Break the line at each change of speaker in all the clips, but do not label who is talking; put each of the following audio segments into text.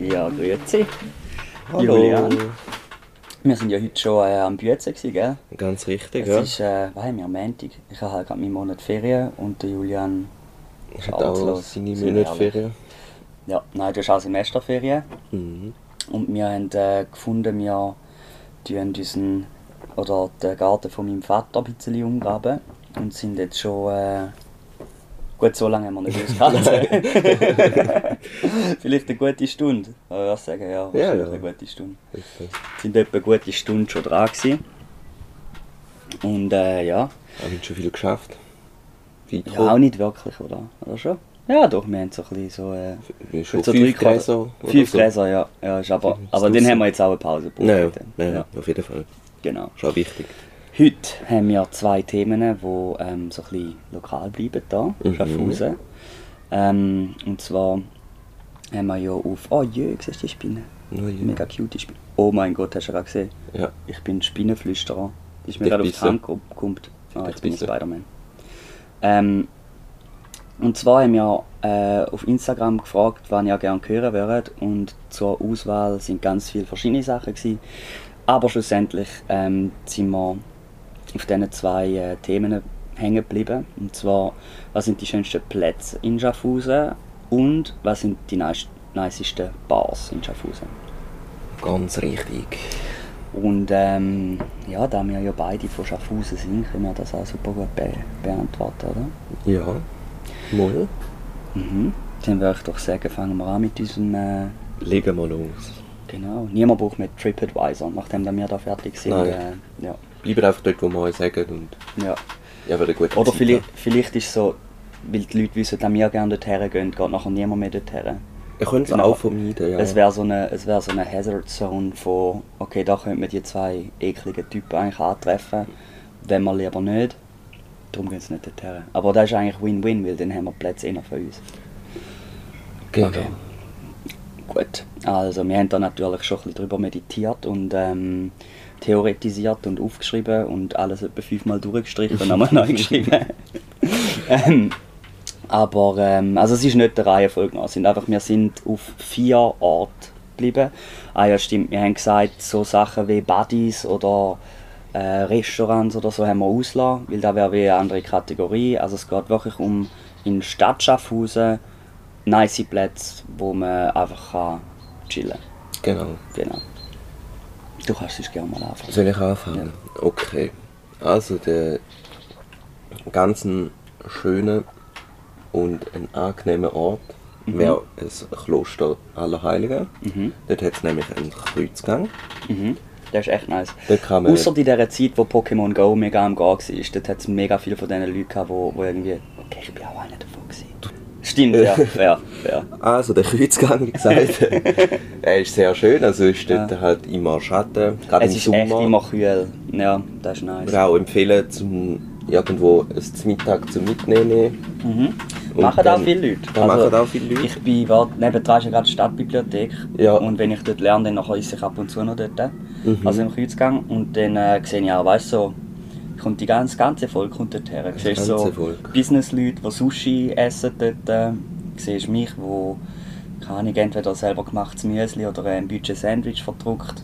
Ja, grüezi. Julian. Wir sind ja heute schon äh, am Büezen, gewesen, gell?
Ganz richtig,
Es
ja.
ist, äh, was haben wir, am Montag? Ich habe halt gerade meinen Monat Ferien und der Julian ist
Hat auch
arbeitslos,
seine
sind wir ehrlich.
Monate Ferien.
Ja, nein, du hast auch Semesterferien.
Mhm.
Und wir haben äh, gefunden, wir tun unseren, oder den Garten von meinem Vater ein bisschen umgraben. Und sind jetzt schon. Äh, gut, so lange haben wir nicht ausgehalten. Vielleicht eine gute Stunde. Ich würde sagen, ja, wahrscheinlich
ja.
eine gute Stunde.
Okay.
Sind etwa eine gute Stunde schon dran gewesen. Und äh, ja,
Haben wir schon viel geschafft? Weit
ja auch
gekommen?
nicht wirklich, oder? Oder schon? Ja, doch, wir haben so ein bisschen so. Äh,
Wir schon
so drei
fünf
Quadrat-
Gräser oder
Fünf
so.
Gräser, ja. ja ist aber,
Ist
aber dann
draussen.
haben wir jetzt auch eine Pause gebraucht.
Nein,
dann.
nein,
Ja,
auf jeden Fall.
genau.
Ist auch wichtig.
Heute haben wir zwei Themen, die ähm, so ein bisschen lokal bleiben hier,
Mhm.
Schaffhausen. Ähm, und zwar haben wir ja auf... Oh je, siehst du die Spinne?
Oh je.
Mega cute die Spinne. Oh mein Gott, hast du gerade gesehen?
Ja.
Ich bin Spinnenflüsterer. Die ist mir
Dich
gerade auf die
bissen.
Hand geko- gekumpt. Ah,
Dich
jetzt bin ich
bissen.
Spider-Man. Ähm, und zwar haben wir äh, auf Instagram gefragt, wann ihr gerne hören würdet. Und zur Auswahl sind ganz viele verschiedene Sachen. Gewesen. Aber schlussendlich ähm, sind wir auf diesen zwei äh, Themen hängen geblieben. Und zwar, was sind die schönsten Plätze in Schaffhausen und was sind die nice- nicesten Bars in Schaffhausen.
Ganz richtig.
Und ähm, ja, da wir ja beide von Schaffhausen sind, können wir das auch super gut be beantworten, oder?
Ja. Mal.
Mhm. Dann würde ich doch sagen, fangen wir an mit unserem... Äh,
Legen wir los.
genau, niemand braucht mehr TripAdvisor, nachdem wir da fertig sind.
Nein.
Äh, ja.
Bleiben einfach dort, wo wir euch sagen und
ja.
ja, wird eine gute
Oder
Zeit
vielleicht,
haben.
vielleicht ist es so, weil die Leute wissen, dass wir gerne dorthin gehen, geht nachher niemand mehr dorthin.
Ihr könnt es
Genau.
auch vermeiden, ja.
Es wäre so eine, es wär so eine Hazard Zone von, okay, da könnten wir die zwei ekligen Typen eigentlich antreffen, wenn wir lieber nicht. Darum gehen sie nicht dorthin. Aber das ist eigentlich Win-Win, weil dann haben wir Plätze inner von uns.
genau.
Okay. Gut, also wir haben da natürlich schon ein bisschen drüber meditiert und ähm, theoretisiert und aufgeschrieben und alles etwa fünfmal durchgestrichen und nochmal neu geschrieben. ähm, aber ähm, also es ist nicht der Reihenfolge nach, es sind einfach, wir sind auf vier Orte geblieben. Ah ja, stimmt, wir haben gesagt, so Sachen wie Buddies oder äh, Restaurants oder so haben wir ausgelassen, weil da wäre wie eine andere Kategorie. Also es geht wirklich um in Stadt Schaffhausen nice Plätze, wo man einfach kann chillen
Genau.
kann. Genau. Du kannst es gerne mal anfangen.
Soll ich anfangen? Okay. Also der ganzen schöne und ein angenehmer Ort
Mhm.
wäre das Kloster Allerheiligen. Dort hat es nämlich einen Kreuzgang.
Mhm. Das ist echt nice.
Da kann man-
Außer in dieser Zeit, wo Pokémon Go mega am Gehen war, dort hat es mega viele von diesen Leuten gehabt, wo, wo irgendwie... Okay, ich bin auch einer davon gewesen. Stimmt, ja, fair, fair.
Also der Kreuzgang, wie gesagt, er ist sehr schön. Also ist dort halt immer Schatten, gerade
Es
im
ist
Sommer.
echt immer kühl. Ja, das ist nice.
Ich würde auch empfehlen, zum irgendwo es Mittag zum Mitnehmen. Mhm. Und
machen
dann-
auch viele Leute. Also,
Dann machen auch viele Leute.
Ich bin wart, nebendran ist ja gerade die Stadtbibliothek.
Ja. Mhm.
Und wenn ich dort lerne, dann nachher esse ich ab und zu noch dort. Also im Kreuzgang. Und dann äh, sehe ich auch, weißt du, so, kommt die ganze, ganze Volk kommt dort her. Du siehst so
ganze Volk.
Business-Leute, die Sushi essen dort. äh, Du siehst mich, wo keine Ahnung, entweder selber gemachtes Müsli oder ein Budget-Sandwich verdruckt.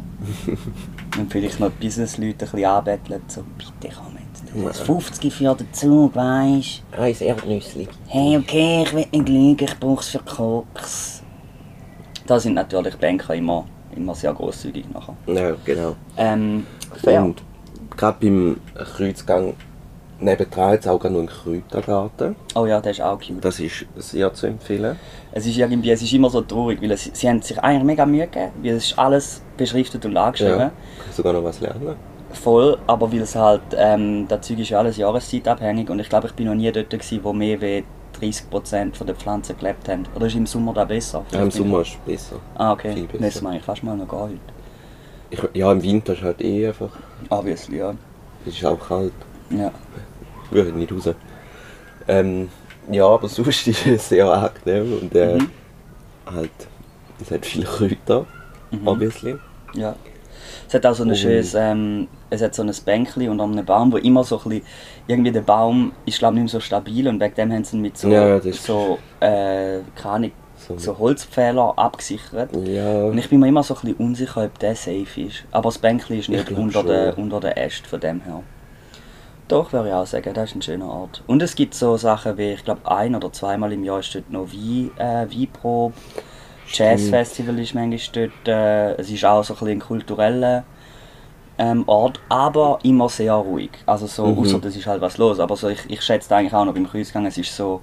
und vielleicht noch die Business-Leute ein bisschen anbetteln. So, bitte komm jetzt. nicht. Das 50 für den Zug, weißt du?
Eins Erdnüssli.
Hey, okay, ich will nicht lügen, ich brauch's für Koks. Da sind natürlich die Banker immer, immer sehr grosszügig nachher.
Ja, genau.
Ähm, fair.
Und gerade beim Kreuzgang nebendran hat es auch gerade noch einen Kräutergarten.
Oh ja, der ist auch cute.
Das ist sehr zu empfehlen.
Es ist irgendwie, es ist immer so traurig, weil es, sie haben sich eigentlich mega Mühe gegeben, weil es ist alles beschriftet und angeschrieben.
Ja. Kann sogar noch was lernen.
Voll, aber weil es halt, ähm, das Zeug ist ja alles jahreszeitabhängig und ich glaube, ich bin noch nie dort gewesen, wo mehr wie 30% von der Pflanzen gelebt haben. Oder ist im Sommer da besser?
Ja, Im Sommer ist es besser.
Ah,
Viel
okay.
besser.
Nächstes Mal, ich fast mal noch gehen heute.
Ich, ja, im Winter ist halt eh einfach.
Obviously, ja.
Es ist auch kalt.
Ja.
Wir können nicht raus. Ähm, ja, aber sonst ist es sehr angenehm und äh,
Mhm.
halt, es hat viele Kräuter,
Mhm.
obviously.
Ja. Es hat auch so ein schönes, ähm, es hat so ein Bänkli und an einem Baum, wo immer so ein bisschen, irgendwie der Baum ist glaube ich nicht mehr so stabil und wegen dem haben sie ihn mit so,
Ja, ja, das ist-
so äh, keine Ahnung,
So.
so Holzpfähler abgesichert.
Ja,
Und ich bin mir immer so ein bisschen unsicher, ob der safe ist. Aber das Bänkli ist nicht
glaub
unter den,
schon.
unter den Ästen von dem her. Doch, würde ich auch sagen, das ist ein schöner Ort. Und es gibt so Sachen wie, ich glaube, ein- oder zweimal im Jahr ist dort noch Wein, äh, Weinprobe. Jazzfestival ist manchmal dort. Äh, es ist auch so ein bisschen ein kultureller ähm, Ort, aber immer sehr ruhig. Also so,
Mhm.
außer das ist halt was los. Aber so, ich, ich schätze eigentlich auch noch beim Kreuzgang, es ist so...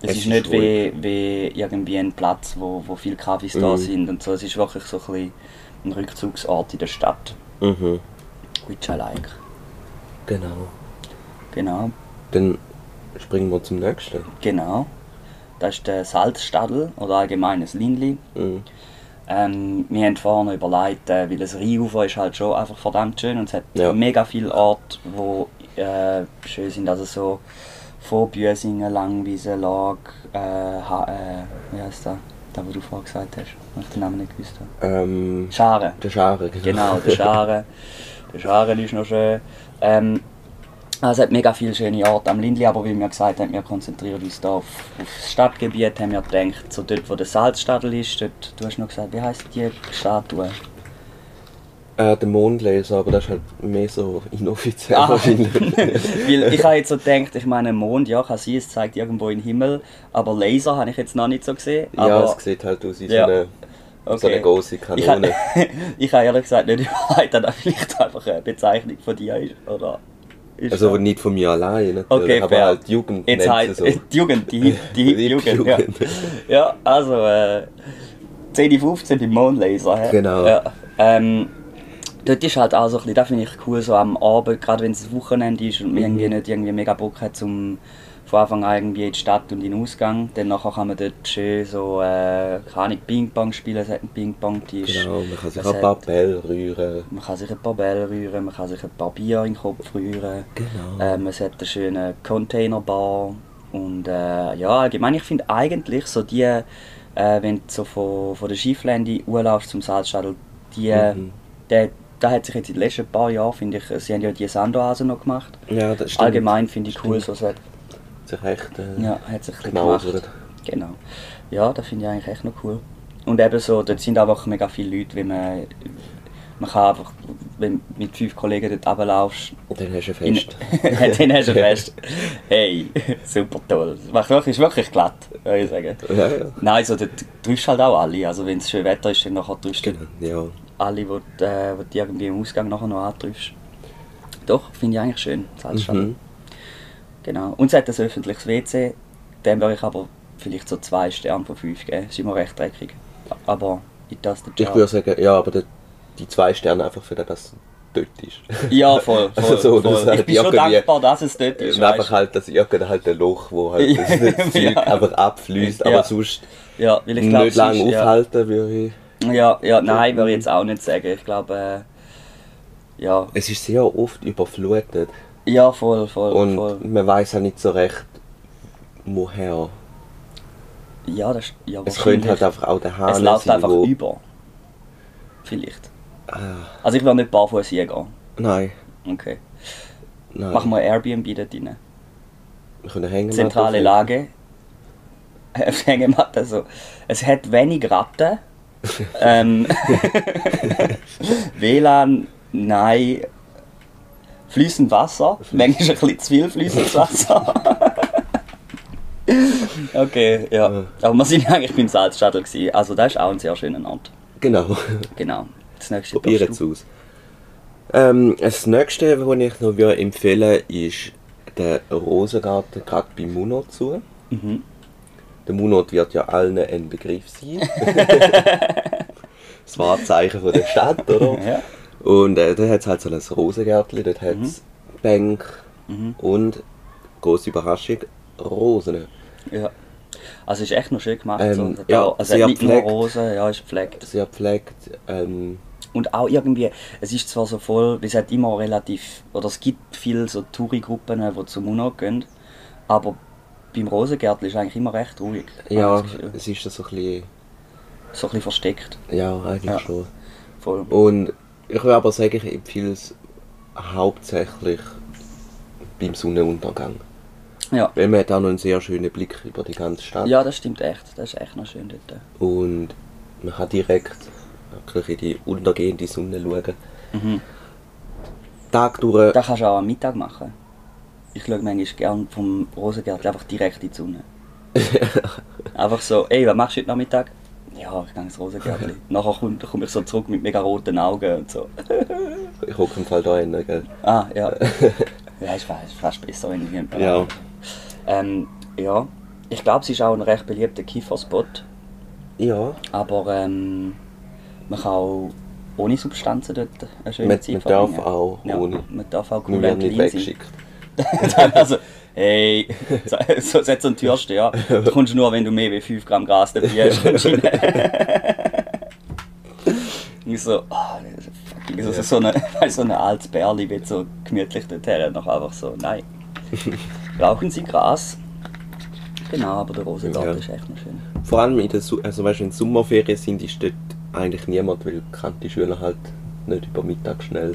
Es,
Es
ist
ist
nicht wie,
ruhig.
wie irgendwie ein Platz, wo, wo viele Kaffees da
Mhm.
sind und so. Es ist wirklich so ein, bisschen ein Rückzugsort in der Stadt.
mhm.
Which I like.
genau.
Genau,
Dann springen wir zum nächsten.
genau. Das ist der Salzstadel oder allgemein das Lindli.
Mhm.
Ähm, wir haben vorhin noch überlegt, äh, weil das Rheinufer ist halt schon einfach verdammt schön und es hat
Ja.
mega viele Orte, wo äh, schön sind. Also so von Büsingen, Langwiese, Lag, äh, ha, äh, wie heißt das? Da, wo du vorher gesagt hast, wo ich den Namen nicht gewusst habe.
Ähm,
Scharen.
der Schare, genau.
Genau, der Scharen. Der Scharen ist noch schön. Ähm, also es hat mega viele schöne Orte am Lindli, aber wie wir gesagt haben, wir konzentrieren uns hier auf, auf das Stadtgebiet, haben wir gedacht, so dort, wo der Salzstadel ist, dort, du hast noch gesagt, wie heisst die Statue?
äh, der Mondlaser, aber das ist halt mehr so inoffiziell
Ah.
wahrscheinlich.
Weil ich habe jetzt so gedacht, ich meine, Mond, ja, kann sein, es zeigt irgendwo in den Himmel, aber Laser habe ich jetzt noch nicht so gesehen.
ja,
aber,
es sieht halt aus wie
Ja.
so eine, so eine große
Ich habe
Kanone.
ich habe ehrlich gesagt nicht überlegt, dass das vielleicht einfach eine Bezeichnung von dir ist, oder? Ist
Also
das-
nicht von mir allein, natürlich,
Okay,
aber
fair.
halt die Jugend
Jetzt
nennt
halt,
sie so.
die Jugend, die, Hip- die, Hip-
Die
Jugend, ja.
Hip-Jugend.
ja, also äh, 10, 15 im Mondlaser. hä?
Genau.
Ja, ähm, dort ist halt auch so ein bisschen, das finde ich cool, so am Abend, gerade wenn es Wochenende ist und man
Mhm.
irgendwie nicht irgendwie mega Bock hat, zum von Anfang an irgendwie in die Stadt und in den Ausgang, dann nachher kann man dort schön so, äh, keine Ahnung, Ping-Pong spielen, es hat einen Ping-Pong-Tisch.
Genau, man kann sich
Es
auch
hat-
ein paar Bälle rühren.
Man kann sich ein paar Bälle rühren, man kann sich ein paar Bier in den Kopf rühren.
Genau.
Ähm, es hat eine schöne Containerbar. Und äh, ja, allgemein, ich finde eigentlich so die, äh, wenn du so von, von der Schieflände urlaufst zum Salzstadel, die, äh,
Mhm.
der, da hat sich jetzt in den letzten paar Jahren, finde ich, sie haben ja die Sandoasen noch gemacht.
Ja, das stimmt.
Allgemein finde ich cool, so es hat,
Sich echt, äh,
ja, hat sich ein bisschen
Genau,
gemacht.
oder?
Genau. Ja, das finde ich eigentlich echt noch cool. Und eben so, dort sind einfach mega viele Leute, wenn man, man kann einfach, wenn du mit fünf Kollegen dort runterlaufst,
Und dann hast du ein
in-
Fest.
Den hast du fest. Hey, super toll. Es macht wirklich, ist wirklich glatt, würde ich sagen.
Ja, ja.
Nein, also dort triffst du halt auch alle. Also wenn es schön Wetter ist, dann nachher triffst du
Genau, ja.
alle, die du, äh, wo du irgendwie im Ausgang nachher noch antriffst. Doch, finde ich eigentlich schön, Salzstall.
Mhm.
Genau. Und es hat ein öffentliches WC. Dem würde ich aber vielleicht so zwei Sterne von fünf geben. Ist immer recht dreckig. Aber ich das der
Ich würde sagen, ja, aber der- die zwei Sterne einfach für das, dass es dort ist.
Ja, voll. voll,
Also so, das
voll.
hat
Ich bin
die
schon
irgendwie-
dankbar, dass es dort ist.
Und einfach
weisst du.
halt, dass irgendein halt ein Loch, wo halt das
Ja.
Zeug einfach abfließt, aber
Ja.
sonst
Ja, weil ich glaube,
nicht lange
sonst- ja.
aufhalten würde ich.
Ja, ja, nein, würde ich jetzt auch nicht sagen. Ich glaube, äh, ja.
Es ist sehr oft überflutet
Ja, voll, voll,
und
voll.
man weiß ja nicht so recht, woher.
Ja, das ist- ja,
Es könnte halt
wahrscheinlich.
einfach auch der
Es
Hahn
läuft
sein,
einfach
wo...
über. Vielleicht.
Ah,
Also ich will nicht barfuß hier gehen.
nein,
Okay.
nein.
Machen wir Airbnb dort rein.
wir können hängen
Zentrale Lage. Hängematte, also. Es hat wenig Ratten. ähm, WLAN, nein. Fließend Wasser. Manchmal ein bisschen zu viel fließendes Wasser. okay, ja. Aber wir sind eigentlich beim Salzstadel. Gewesen. Also, das ist auch ein sehr schöner Ort.
Genau.
Genau. Das nächste
Probieren
darfst
es aus. Ähm, das nächste, was ich noch würde empfehlen ist der Rosengarten gerade bei Munot zu.
du. Mhm.
Der Munot wird ja allen ein Begriff sein. das Wahrzeichen von der Stadt, oder?
Ja.
Und äh, da hat es halt so ein Rosengärtchen, dort hat es
Mhm.
Bänke und, große Überraschung, Rosen.
ja. Also, es ist echt noch schön gemacht.
Ähm,
so.
ja,
also, es
sehr
hat nicht nur
gepflegt.
Rosen, ja, es ist gepflegt.
Sehr gepflegt. Ähm,
Und auch irgendwie, es ist zwar so voll, wie es hat immer relativ, oder es gibt viele so Touri-Gruppen, die zum Uno gehen, aber beim Rosengärtel ist eigentlich immer recht ruhig. habe ich
ja,
Ah, das Gefühl.
es ist so ein bisschen,
So ein bisschen versteckt.
ja, eigentlich
Ja.
schon.
Voll.
Und ich würde aber sagen, ich empfehle es hauptsächlich beim Sonnenuntergang.
Ja.
Weil man hat auch noch einen sehr schönen Blick über die ganze Stadt.
ja, das stimmt echt. Das ist echt noch schön dort.
Und man kann direkt wirklich in die untergehende Sonne schauen.
Mhm.
Tag durch.
Das kannst du auch am Mittag machen. Ich schaue manchmal gern vom Rosengärtel einfach direkt in die Sonne. einfach so, ey, was machst du heute Nachmittag? Ja, ich gehe ins Rosengärtel. Nachher komme komm ich so zurück mit mega roten Augen und so.
Ich hocke im Fall da hin, gell?
Ah, ja. ja, ist fast, ist fast besser, wenn ich hier bin.
Ja.
Ähm, ja. Ich glaube, es ist auch ein recht beliebter Kieferspot.
Ja.
Aber ähm, man kann auch ohne Substanzen dort eine schöne
Man-
Zeit
man darf
verbringen.
auch
ja,
ohne.
Man darf auch
Wir
cool
werden
und
nicht
clean sein.
weggeschickt.
Dann also, hey, so setzt so ein Türsteher. Du kommst nur, wenn du mehr wie 5 Gramm Gras dabei hast. kommst du rein. Ich so, ah, das ist fucking so, so, eine, weißt, so ein altes Bärli wird so gemütlich dorthin. Noch einfach so, nein. Rauchen Sie Gras? Genau, aber der Rosengarten
Ja.
ist echt noch schön.
Vor allem in der Su also weißt, wenn Sommerferien sind, ist dort eigentlich niemand, weil kann die Schüler halt nicht über Mittag schnell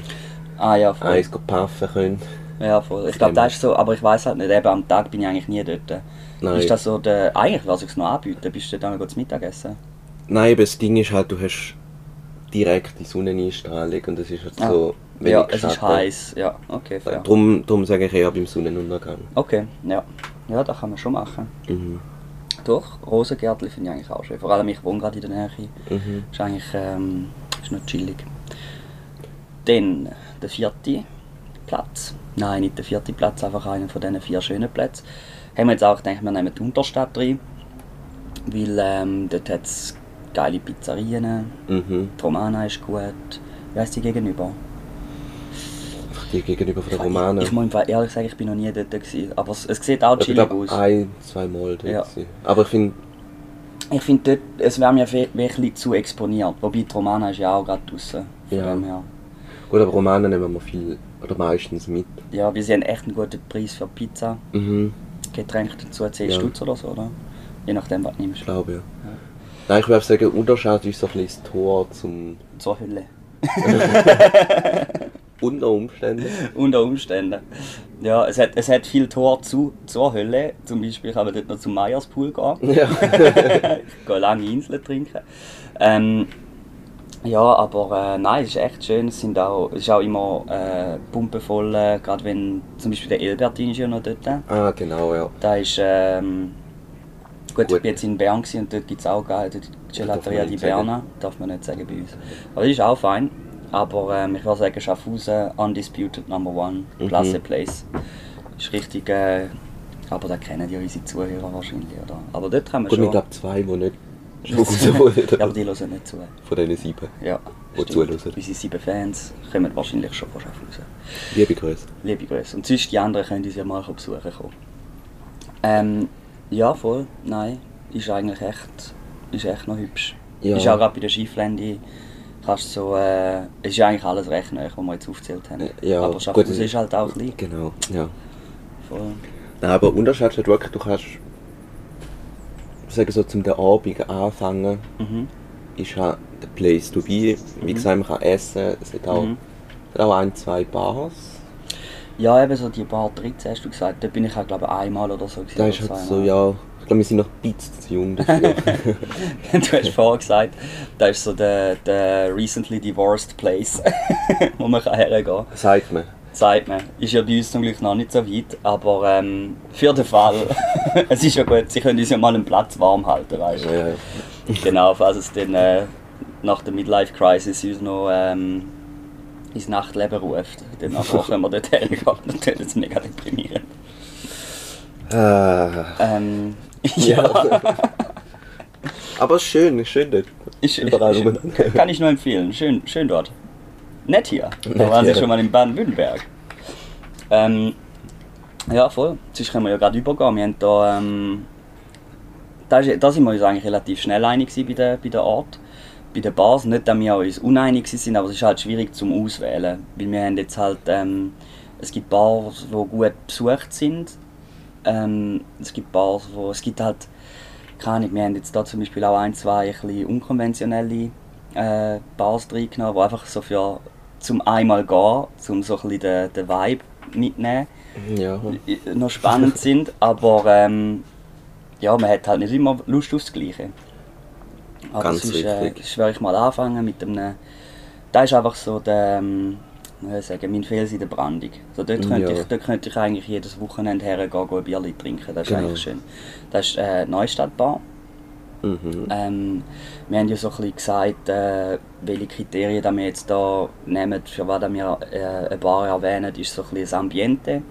Ah ja, voll.
Eis puffen können.
Ja, voll. Ich glaube, das ist so, aber ich weiß halt nicht, eben am Tag bin ich eigentlich nie dort.
Nein.
Ist das so der. Eigentlich, was ich es noch anbieten, bist du dann noch zu Mittagessen?
Nein, aber das Ding ist halt, du hast direkt die Sonneneinstrahlung und es ist halt
Ah.
so wenig
ja, es ist
Schatten.
heiß. Ja, okay, fair.
Drum, drum sage ich ja beim Sonnenuntergang.
Okay, ja. Ja, das kann man schon machen.
Mhm.
Doch, Rosengärtel finde ich eigentlich auch schön. Vor allem, ich wohne gerade in der Nähe.
Mhm.
Ist eigentlich ähm, ist noch chillig. Dann der vierte Platz. Nein, nicht der vierte Platz, einfach einer von diesen vier schönen Plätzen. Haben wir jetzt auch gedacht, wir nehmen die Unterstadt rein. Weil ähm, dort hat es geile Pizzerien.
Mhm.
Die Romana ist gut. Wie heisst die gegenüber?
Die gegenüber von der
Ich-
Romane.
Ich, ich muss im Fall ehrlich sagen, ich bin noch nie dort. Gewesen, aber es, es sieht auch
ich ah,
chillig
glaube,
aus.
ein, zwei Mal dort.
Ja.
gewesen. Aber ich finde,
Ich finde dort, es wäre mir vielleicht ein bisschen zu exponiert. Wobei die Romana ist ja auch gerade draussen. Von
Ja.
dem her.
gut, aber Romane nehmen wir viel oder meistens mit.
Ja, wir sehen echt einen guten Preis für Pizza.
Mhm.
Getränk dazu 10
Ja.
Stutz oder so, oder? Je nachdem, was du nimmst.
Ich glaube, ja. Nein, ich würde sagen, Unterschaut ist so ein bisschen das Tor zum
Zur Hülle.
unter Umständen.
Unter Umständen. Ja, es hat, es hat viel Tor zu, zur Hölle. Zum Beispiel kann man dort noch zum Meierspool gehen.
Ja.
Gehen lange Inseln trinken. Ähm, ja, aber äh, nein, es ist echt schön. Es, sind auch, es ist auch immer äh, pumpevoll, äh, gerade wenn zum Beispiel der Elbertin ist ja noch dort.
ah, genau, ja.
Da ist, ähm, gut,
Gut.
ich bin jetzt in Bern gewesen und dort gibt es auch geil, dort die Gelateria
man
di
nicht
Berna, darf man nicht sagen bei uns. Aber das ist auch fein. Aber ähm, ich würde sagen, Schaffhausen, undisputed number one,
Mhm.
klasse place. Ist richtig, äh, aber da kennen ja unsere Zuhörer wahrscheinlich, oder? Aber dort kann man
Gut, ich
schon...
glaube zwei, die nicht Schaffhausen wollen.
ja, aber die hören nicht zu.
Von diesen sieben.
Ja,
Die
stimmt.
zuhören.
Unsere sieben Fans kommen wahrscheinlich schon von Schaffhausen.
Liebe Grüße.
Liebe Grüße. Und sonst die anderen können uns ja mal besuchen kommen. Ähm, ja, voll. Nein, ist eigentlich echt, ist echt noch hübsch.
Ja.
Ist auch gerade bei der Skiflände kannst so, äh, ist ja eigentlich alles recht neu, was wir jetzt aufgezählt haben.
Äh, Ja,
Aber
gut,
Schaffhausen
ich-
ist halt auch klein.
Genau, ja.
Voll.
Nein, aber Unterschaut ist halt wirklich, du kannst, sagen so, zum den Abend anfangen,
Mhm.
ist halt der Place to be. Wie gesagt, man kann essen, es hat auch,
Mhm.
es hat auch ein, zwei Bars.
Ja, eben so die paar 13 hast du gesagt. Da bin ich auch, glaube ich, einmal oder so. gewesen,
Da
oder
ist halt so,
zweimal.
ja, ich glaube, wir sind noch ein bisschen zu jung dafür.
Du hast vorher gesagt, da ist so der, der recently divorced place, wo man kann hergehen kann.
Sagt man.
Sagt man. Ist ja bei uns zum Glück noch nicht so weit, aber ähm, für den Fall, es ist ja gut, sie können uns ja mal einen Platz warm halten, weißt du.
Ja, ja.
Genau, falls es dann äh, nach der Midlife-Crisis uns noch ähm, ins Nachtleben ruft, dann nachher können wir dort hergehen und dann ist es mega deprimierend.
Ah.
Ähm, ja.
Ja. Aber schön, schön dort.
Ich,
Überall
ich,
rum.
ich, kann ich nur empfehlen. Schön, schön dort. Nett hier. Da
Nett
waren sie
hier.
schon mal in Baden-Württemberg. Ähm, ja, voll. Sonst können wir ja gerade übergehen. Wir haben da, ähm, da, ist, da sind wir uns eigentlich relativ schnell einig gewesen bei der, bei der Art. Bei den Bars. Nicht, dass wir uns uneinig gewesen sind, aber es ist halt schwierig zum Auswählen. Weil wir haben jetzt halt... Ähm, es gibt Bars, die gut besucht sind. Ähm, es gibt Bars, wo... Es gibt halt keine Ahnung, wir haben jetzt da zum Beispiel auch ein, zwei ein bisschen unkonventionelle äh, Bars reingenommen, die einfach so für zum einmal gehen, zum so ein bisschen den, den Vibe mitnehmen.
Ja.
noch spannend sind, aber ähm, ja, man hat halt nicht immer Lust aufs Gleiche. Aber
Ganz
sonst, äh,
richtig.
sonst werde ich mal anfangen mit einem. Da ist einfach so der, ähm, wie soll ich sagen, mein Fels in der Brandung. So, dort, könnte
Ja.
ich, dort könnte ich eigentlich jedes Wochenende hergehen und ein Bierli trinken. Das ist
Genau.
eigentlich schön. Das ist äh, Neustadtbar.
Mhm.
Ähm, wir haben ja so ein bisschen gesagt, äh, welche Kriterien dass wir jetzt da nehmen, für was dass wir äh, eine Bar erwähnen, ist so ein bisschen das Ambiente.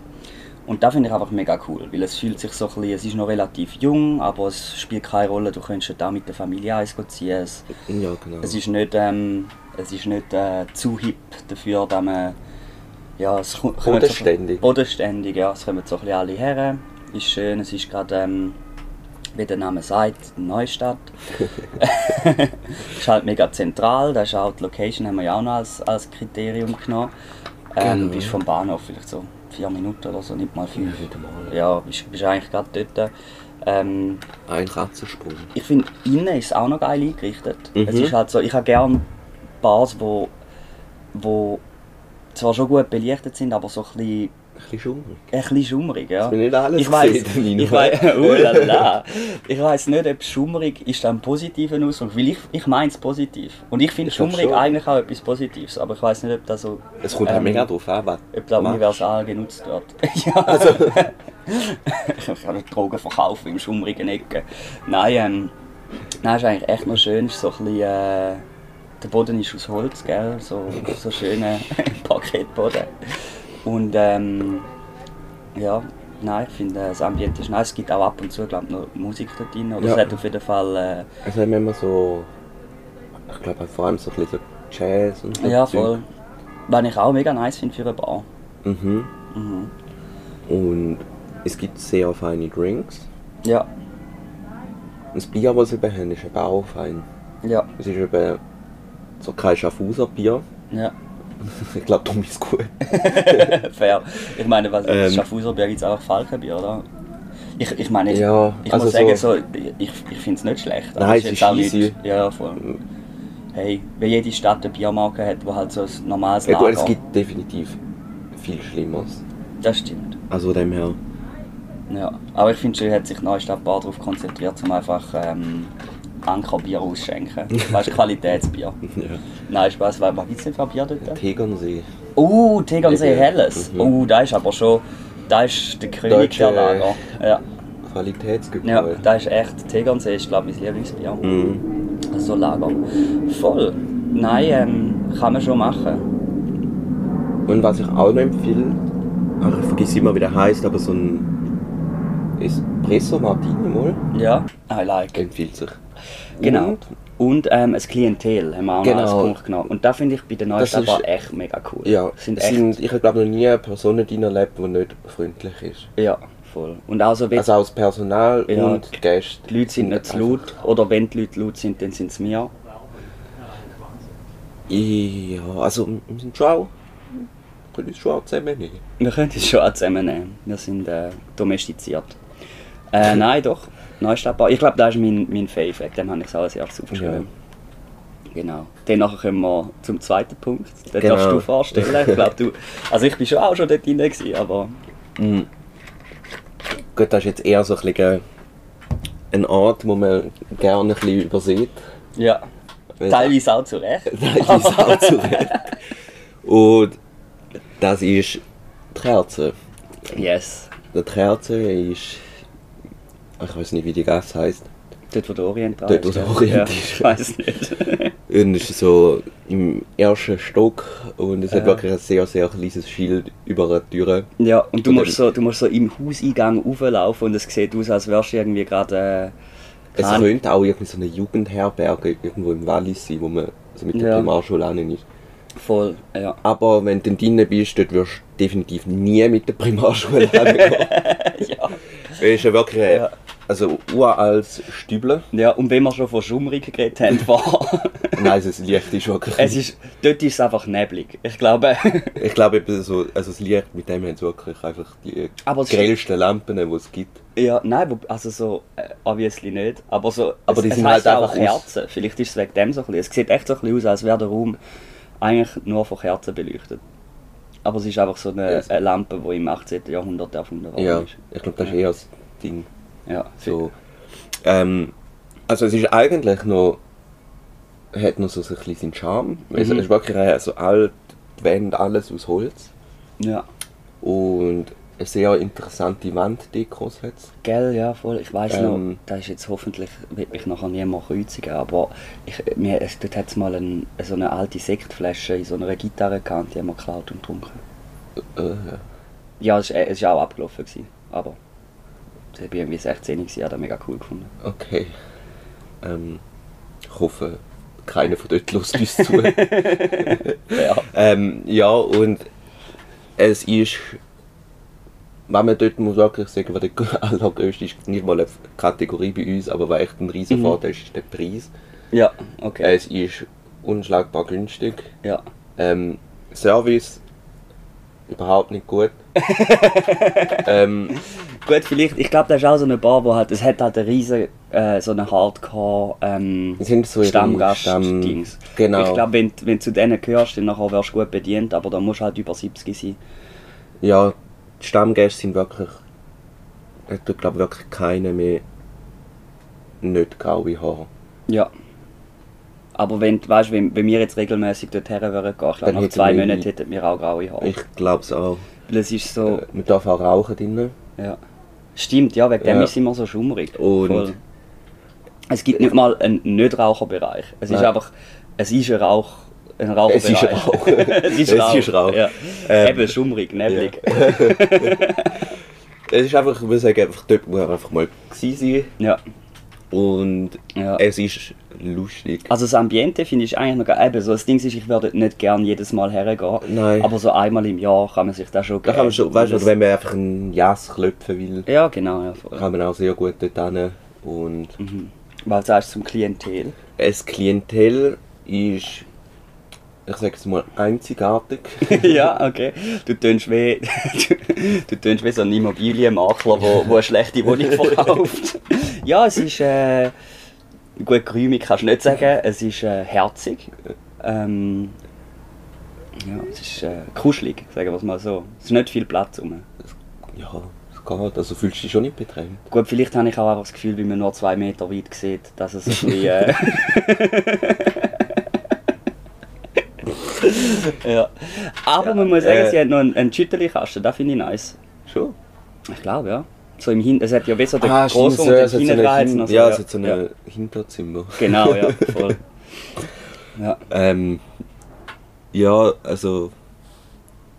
Und das finde ich einfach mega cool, weil es fühlt sich so ein bisschen, es ist noch relativ jung, aber es spielt keine Rolle, du könntest da mit der Familie eins gehen ziehen. Es,
Ja, genau.
es ist nicht, ähm, es ist nicht äh, zu hip dafür, dass man... Ja, es ko- kommen so-
Bodenständig.
Bodenständig, ja. Es kommen so ein bisschen alle her. Ist schön, es ist gerade, ähm, wie der Name sagt, Neustadt. ist halt mega zentral, da ist auch die Location, haben wir ja auch noch als, als Kriterium genommen. Ähm,
Genau.
Bist vom Bahnhof vielleicht so vier Minuten oder so, nicht mal fünf.
Ja, wieder mal.
Ja, bist, bist eigentlich gerade dort. Ähm,
Ein Katzensprung.
ich finde, innen ist es auch noch geil eingerichtet.
Mhm.
Es ist halt so, ich habe gerne Bars, wo, wo zwar schon gut belichtet sind, aber so ein bisschen,
Ein bisschen schummrig.
ein bisschen schummrig. Ja.
Dass wir nicht alles
ich weiß,
sehen, Nino.
ich weiß, oh la la. Ich weiß nicht, ob schummrig ist ein positiver Ausdruck, weil ich, ich meine es positiv. Und ich finde
Ich glaub
schummrig
schon.
eigentlich auch etwas Positives, aber ich weiß nicht, ob das so
Es kommt auch
ähm,
mega drauf an, was
ob da
du machst.
universal genutzt wird. ja. Also. ich kann nicht Drogen verkaufen im schummrigen Ecken. Nein, ähm, nein, ist eigentlich echt noch schön. Ist so ein bisschen, äh, der Boden ist aus Holz, gell? So, so schöne Parkettboden. Und ähm, ja, nein, ich finde äh, das Ambiente ist nice. Es gibt auch ab und zu glaub, noch Musik da drin. Oder
Ja.
es hat auf jeden Fall. äh,
Also wenn man so, ich glaube halt vor allem so ein bisschen so Jazz und so
Äh, ja,
Zeug.
voll. Was ich auch mega nice finde für eine Bar.
Mhm.
Mhm.
Und es gibt sehr feine Drinks.
Ja,
Das Bier, das sie eben haben, ist eben auch fein.
ja,
Es ist eben so kein Schaffhauser Bier.
ja.
ich glaube, darum ist es gut.
Fair. Ich meine, was
Ähm.
ähm. Schaffhauserbier gibt es auch Falkenbier, oder? Ich, ich meine, ich,
Ja,
ich
also
muss sagen,
so-
so, ich, ich finde es nicht schlecht.
Nein,
aber
es
jetzt
ist
auch nicht-
easy.
Ja, voll. Hey, wenn jede Stadt eine Biermarke hat, die halt so ein normales
Ja,
Lager
gut, es gibt definitiv viel Schlimmeres.
Das stimmt.
Also dem her.
Ja. Aber ich finde schon, hat sich Neustadt Bar darauf konzentriert, um einfach ähm, Ankerbier ausschenken. weißt du, Qualitätsbier.
Ja.
Nein, Spaß, weil was gibt es denn für ein Bier dort?
Tegernsee.
Uh, Tegernsee
Eben.
Helles.
Mhm.
Uh, da ist aber schon. Da ist der König
Deutsche-
der Lager. Ja. Ja,
Qualitätsgebäude.
da ist echt, Tegernsee ist glaube ich mein Lieblingsbier.
Mhm.
So Lager. Voll. Nein, ähm, kann man schon machen.
Und was ich auch noch empfehle, ach, ich vergesse immer, wie der heißt, aber so ein Espresso Martini mal
Ja, I like.
empfiehlt sich.
Genau.
Und,
Und ähm, ein Klientel haben wir auch noch
Genau.
als Punkt genommen. Und da finde ich bei der
Das
Neustadt
ist-
Bar echt mega cool.
ja,
Sind
es
echt,
sind, ich glaube noch nie eine Person drin erlebt, die nicht freundlich ist.
ja, voll. Und auch so, wenn
Also auch das Personal
Ja.
und die Gäste. Also,
die Leute sind nicht zu laut oder wenn die Leute laut sind, dann sind es wir.
Ja, also wir sind schon auch, wir können uns schon auch zusammennehmen.
Wir können es schon auch zusammennehmen. Wir sind äh, domestiziert. Äh, nein, doch. Neustadtbau. Ich glaube, das ist mein, mein Favorit. Dem habe ich es auch als erstes aufgeschrieben. Genau. Dann nachher kommen wir zum zweiten Punkt. Den
Genau.
darfst du vorstellen. Ich glaube, du... Also ich bin schon auch schon dort drin, gewesen, aber...
Gut, das ist jetzt eher so ein bisschen ein Ort, wo man gerne ein bisschen übersieht.
Ja.
Weil-
Teilweise auch zu Recht.
Teilweise auch zu Recht. Und das ist die Kerze.
Yes.
Die Kerze ist. Ich weiß nicht, wie die Gas heißt.
Dort, wo der Orient dran
Dort, wo der Orient
ja.
ist.
Ich weiß nicht.
Und ist so im ersten Stock und es hat
Ja.
wirklich ein sehr, sehr kleines Schild über der Tür.
Ja, und du
Und
musst,
dann-
so, du musst so im Hauseingang rauflaufen und es sieht aus, als wärst du irgendwie gerade... Äh,
Es
keine-
könnte auch irgendwie so eine Jugendherberge irgendwo im Wallis sein, wo man so mit der
Ja.
Primarschule an ist.
Voll, ja.
Aber wenn du dann drin bist, dort wirst du definitiv nie mit der Primarschule ankommen.
ja.
Es ist ja wirklich ein-
Ja.
also uraltes Stüble.
Ja, und wenn wir schon von Schummrig geredet haben, vorher,
Nein, also das Licht ist wirklich.
es ist, dort ist es einfach neblig. Ich glaube,
Ich glaube, eben so, also das Licht, mit dem haben sie wirklich einfach die
Aber es-
grellsten Lampen, die es gibt.
ja, nein, wo- also so, äh, obviously nicht, aber so,
Aber
es,
die
es
sind
heisst
halt
ja auch
einfach aus-
Kerzen. Vielleicht ist es wegen dem so ein bisschen. Es sieht echt so ein bisschen aus, als wäre der Raum eigentlich nur von Kerzen beleuchtet. Aber es ist einfach so eine,
Yes.
eine Lampe, die im 18. Jahrhundert erfunden worden
Ja,
ist.
ich glaube, das ist eher das Ding.
Ja, so.
So. Ähm, also es ist eigentlich noch, hat noch so ein bisschen seinen Charme. Also,
Mhm.
es ist wirklich äh, so alt, die Wände, alles aus Holz.
ja.
Und eine sehr interessante Wanddekos hat es.
Gell, ja, voll. Ich weiß
Ähm.
noch, da ist jetzt hoffentlich, wird mich nachher niemand kreuzigen, aber ich, mir, es, dort hat es mal ein, so eine alte Sektflasche in so einer Gitarre gehabt, die haben wir geklaut und getrunken.
Äh,
Ja, es war ist auch abgelaufen, gewesen, aber ich war irgendwie 16 gewesen, ich habe das mega cool gefunden.
okay. Ähm, ich hoffe, keiner von dort lässt uns zu.
Ja,
Ähm, ja, und es ist, wenn man dort muss wirklich sagen, was der allergrößte ist, nicht mal eine Kategorie bei uns, aber was echt ein riesen
Mhm.
Vorteil ist, ist der Preis.
ja okay.
Es ist unschlagbar günstig.
Ja.
Ähm, Service überhaupt nicht gut. ähm,
Gut, vielleicht, ich glaube, das ist auch so eine Bar, wo halt, es hat halt eine riesen, äh, so eine Hardcore, ähm,
Es sind so ihre
Stammgast-Dings.
Stamm- genau.
Ich glaube, wenn, wenn du zu denen gehörst, dann nachher wirst du gut bedient, aber da musst du halt über 70 sein.
ja, die Stammgäste sind wirklich, ich glaube wirklich keine mehr nicht graue Haare.
Ja. Aber wenn, du- weißt, wenn, wenn wir jetzt regelmäßig dorthin würden gehen, ich glaube,
Dann
nach
hätten
zwei
wir-
Monaten hätten wir auch graue Haare.
Ich glaube es auch.
Das ist so,
Äh, Man darf auch rauchen drinnen.
ja. Stimmt, ja, wegen dem
Ja.
ist es immer so schummrig.
Und-
Es gibt nicht mal einen Nichtraucherbereich. Es ist
Nein.
einfach, es ist ein Rauch, ein Raucherbereich.
Es ist Rauch.
es ist Rauch.
Es ist Rauch.
Ja.
Ähm,
Eben, schummrig, neblig.
Es ist einfach, ich würde sagen, einfach dort muss man einfach mal gewesen sein.
Ja.
Und
Ja.
es ist lustig.
Also das Ambiente finde ich eigentlich noch geil. Eben, so das Ding ist, ich würde nicht gern jedes Mal hergehen.
Nein.
Aber so einmal im Jahr kann man sich das schon
da kann man schon, weißt
Das-
du, wenn man einfach ein Jas klopfen will,
Ja, genau. Ja, Mhm. voll.
kann man auch sehr gut dort hin. Und
Was sagst du zum Klientel?
das Klientel ist, ich sage es mal, einzigartig.
ja, okay. Du tönst wie, du tönst wie so ein Immobilienmakler, der wo, wo eine schlechte Wohnung verkauft. ja, es ist. Äh, gut, geräumig kannst du nicht sagen. Es ist äh, herzig. Ähm, ja, es ist äh, kuschelig, sagen wir es mal so. Es ist nicht viel Platz rum.
ja, es geht. Also fühlst du dich schon nicht bedrängt.
Gut, vielleicht habe ich auch einfach das Gefühl, wie man nur zwei Meter weit sieht, dass es ein bisschen. Äh ja. Aber man muss sagen,
äh,
sie hat noch einen, einen Schüttelkasten, das finde ich nice.
Schon?
Ich glaube, ja. So im Hin es hat ja wie so den
Ah, stimmt,
Großraum
so, es hat so
und den
eine,
Hinterreiz
Hin
noch so.
ja, es hat so ein
also, ja.
Hinterzimmer.
Genau, ja, voll. Ja,
Ähm, ja, also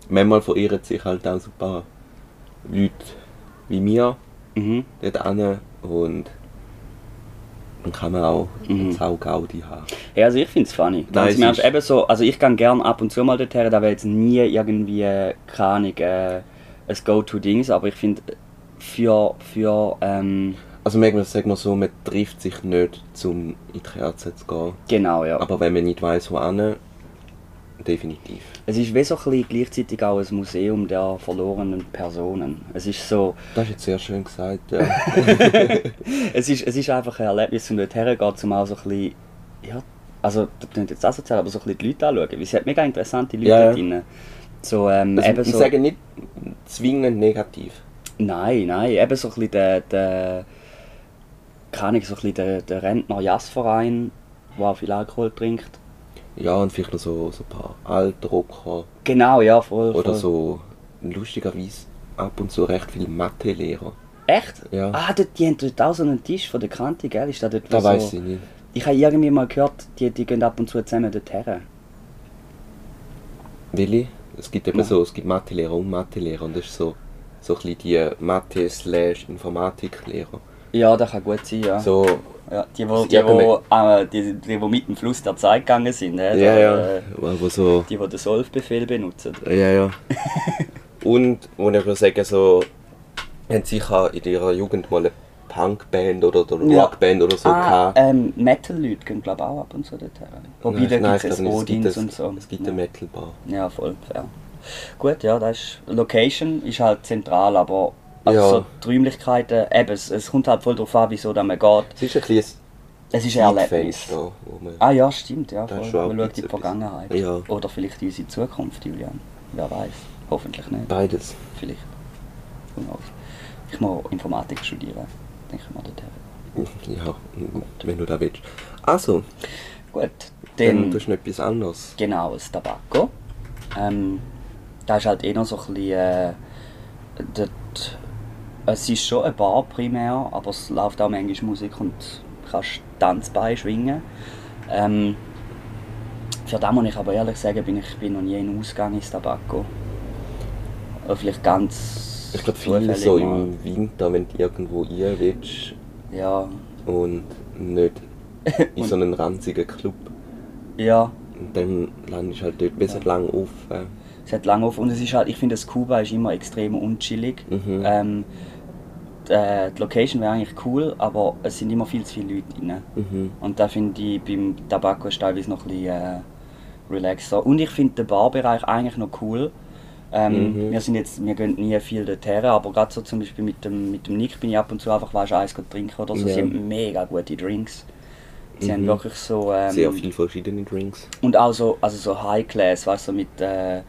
manchmal verirren sich halt auch so ein paar Leute wie mir
mhm.
dort hin und dann kann man auch
Mhm.
mhm. Sau Gaudi haben.
ja also ich finde es funny.
Nein,
Ganz
es
im Ernst,
ist-
eben so, also ich gehe gerne ab und zu mal dorthin, da wäre jetzt nie irgendwie, keine Ahnung, äh, ein Go-To-Dings, aber ich finde, für, für, ähm,
Also manchmal sagen wir so, man trifft sich nicht, um in die Kerze zu gehen.
Genau, ja.
Aber wenn man nicht weiß wo hin, definitiv.
es ist wie so ein bisschen gleichzeitig auch ein Museum der verlorenen Personen. Es ist so,
Das ist jetzt sehr schön gesagt, ja.
es ist, es ist einfach ein Erlebnis, um dort herzugehen, um auch so ein bisschen, ja, also, das klingt jetzt asozial, aber so ein bisschen die Leute anschauen, weil es hat mega interessante Leute
Ja, ja.
dort drin. So, ähm,
Also,
eben
ich
so,
sage nicht zwingend negativ.
nein, nein, eben so ein bisschen der, der keine Ahnung, so ein bisschen der, der Rentner-Jazzverein, der auch viel Alkohol trinkt.
Ja, und vielleicht noch so, so ein paar Altrocker.
Genau, ja, voll, voll.
Oder so lustigerweise ab und zu recht viel Mathelehrer.
Echt?
Ja.
Ah, dort, die haben dort auch so einen Tisch von der Kante, gell? Ist das dort
Da
wo
weiß
so...
ich nicht.
Ich habe irgendwie mal gehört, die, die gehen ab und zu zusammen dorthin.
Willi, es gibt eben
Ja.
so, es gibt Mathelehrer und Mathelehrer und das ist so, so ein bisschen die Mathe slash Informatiklehrer.
Ja, das kann gut sein, ja.
So,
ja die, wo, die,
Ja,
wo, äh, die, die, wo mit dem Fluss der Zeit gegangen sind, äh,
ja,
da,
ja,
äh,
aber so,
die, die den Solve-Befehl benutzen.
ja, ja. und, wo ich würde sagen, so, haben sicher in ihrer Jugend mal eine Punkband oder, oder
Ja.
Rockband oder so
ah,
gehabt.
ähm, Metal-Leute gehen glaube ich auch ab und zu dorthin. Wobei, da
Nein, nein,
gibt es
ich glaube nicht.
Odins
Es
und
gibt,
so.
ein- es gibt
ja.
eine Metalbar.
ja, voll, fair. Gut, ja, das ist... Location ist halt zentral, aber... Also
Ja.
so die Räumlichkeiten, eben, es, es kommt halt voll darauf an, wieso da man geht.
Es ist ein kleines
Es ist ein Erlebnis.
Zeitfenster, wo man...
Ah ja, stimmt, ja.
Das
Voll.
ist schon auch
Man schaut in die
etwas.
Vergangenheit.
Ja.
Oder vielleicht in unsere Zukunft, Julian. Wer weiß. Hoffentlich nicht.
Beides.
Vielleicht. Who knows. Ich muss Informatik studieren. Denke ich mal dorthin.
Ja, wenn du da willst. Also,
Gut.
dann
Dann,
tust du noch etwas anderes.
genau, das Tabacco. Ähm, da ist halt eh noch so ein bisschen... Äh, dort, es ist schon eine Bar primär, aber es läuft auch manchmal Musik und du kannst Tanzbein schwingen. Ähm, für das muss ich aber ehrlich sagen, bin ich bin noch nie in einen Ausgang ins Tabacco. Oder vielleicht ganz
Ich glaube, viele
zufällig
so
mal.
im Winter, wenn du irgendwo rein willst
Ja,
und nicht in so einen ranzigen Club.
ja.
Und dann landest du halt dort besser lang auf. Äh.
Es hat lange auf und es ist halt, ich finde, das Kuba ist immer extrem unchillig.
Mhm.
Ähm, d- äh, die Location wäre eigentlich cool, aber es sind immer viel zu viele Leute drin.
Mhm.
Und da finde ich beim Tabacco ist teilweise noch ein bisschen äh, relaxer. Und ich finde den Barbereich eigentlich noch cool. Ähm,
Mhm.
Wir sind jetzt, wir gehen nie viel dorthin, aber gerade so zum Beispiel mit dem, mit dem Nick bin ich ab und zu einfach, weißt du, Eis gehen trinken oder so.
Ja.
Sie haben mega gute Drinks. Sie haben
Mhm.
wirklich so... Ähm,
Sehr viele verschiedene Drinks.
und auch so, also so High Class, weißt du, so mit, äh,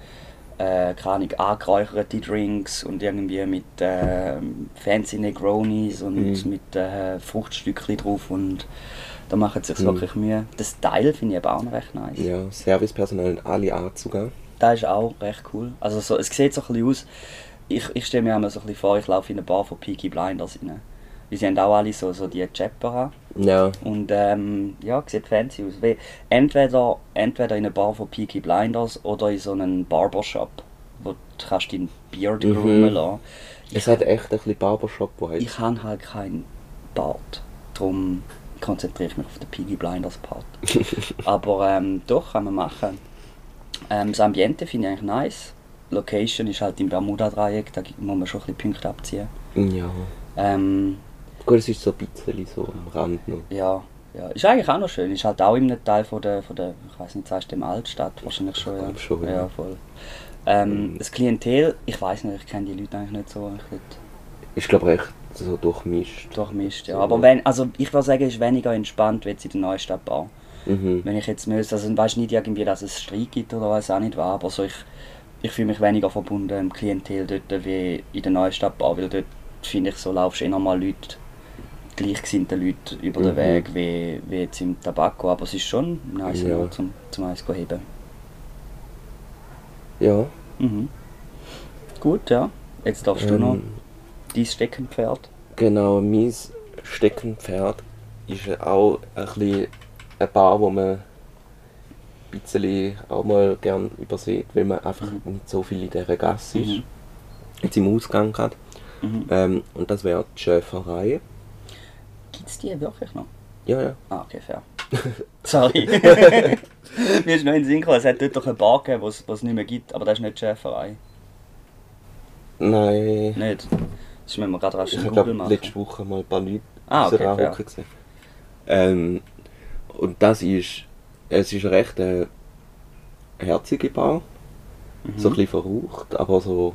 äh, keine Ahnung, angeräucherte Drinks und irgendwie mit äh, fancy Negronis und
Mhm.
mit äh, Fruchtstückchen drauf und da machen sie sich
Mhm.
wirklich Mühe. Das Teil finde ich aber auch noch recht nice.
Ja, Servicepersonal und alle anzugehen.
Das ist auch recht cool. Also so, es sieht so ein bisschen aus, ich, ich stelle mir immer so ein bisschen vor, ich laufe in eine Bar von Peaky Blinders rein. Weil sie haben auch alle so, so die Chapper an.
Ja.
Und ähm, ja, sieht fancy aus. Wie entweder, entweder in einer Bar von Peaky Blinders oder in so einem Barbershop, wo du kannst deinen Beard
Mhm.
groomen lassen.
Es hat echt ein bisschen Barbershop, wo heißt.
Ich habe halt keinen Bart, darum konzentriere ich mich auf den Peaky Blinders Part. Aber ähm, doch, kann man machen. Ähm, das Ambiente finde ich eigentlich nice. Location ist halt im Bermuda-Dreieck, da muss man schon ein bisschen Punkte abziehen.
Ja.
Ähm,
Gut, es ist so ein bisschen so am Rand noch.
Ja, ja. Ist eigentlich auch noch schön. Ist halt auch in einem Teil von der, von der ich weiß nicht, sagst du dem Altstadt wahrscheinlich schon. Ja,
glaub schon,
ja.
ja.
voll. Ähm, das Klientel, ich weiß nicht, ich kenne die Leute eigentlich nicht so. Ich würd
Ist, glaube ich, recht so durchmischt.
durchmischt, ja.
So.
Aber wenn, also ich würde sagen, ist weniger entspannt, wenn in der Neustadt Bar.
Mhm.
Wenn ich jetzt müsste, also weißt nicht irgendwie, dass es Streit gibt oder weiß auch nicht was, aber so ich, ich fühle mich weniger verbunden im Klientel dort wie in der Neustadt Bar, weil dort finde ich so laufst eh nochmal Leute, gleichgesinnte Leute über den
Mhm.
Weg wie, wie jetzt im Tabakko, aber es ist schon nice
Ja.
ja. zum, zum Eis zu heben.
Ja.
Mhm. Gut, ja. Jetzt darfst du
Ähm,
noch dein Steckenpferd.
Genau, mein Steckenpferd ist ja auch ein bisschen eine Bar, wo man ein bisschen auch mal gern übersieht, weil man einfach nicht so viel in dieser Gasse ist.
Mhm.
Jetzt im Ausgang gerade.
Mhm.
Ähm, und das wäre die Schäferei.
Gibt es die wirklich noch?
Ja, ja.
Ah, okay, fair. Sorry. Mir ist noch in den Sinn gekommen, es hat dort doch eine Bar gegeben, was es nicht mehr gibt, aber das ist nicht die Schäferei.
Nein.
Nicht? Das müssen wir gerade rasch
Ich
in
glaube,
Google machen.
letzte Woche mal ein paar Leute
Ah, okay,
raushocken
fair.
gesehen. Ähm, und das ist, es ist recht eine herzige Bar.
Mhm.
So ein bisschen verraucht, aber so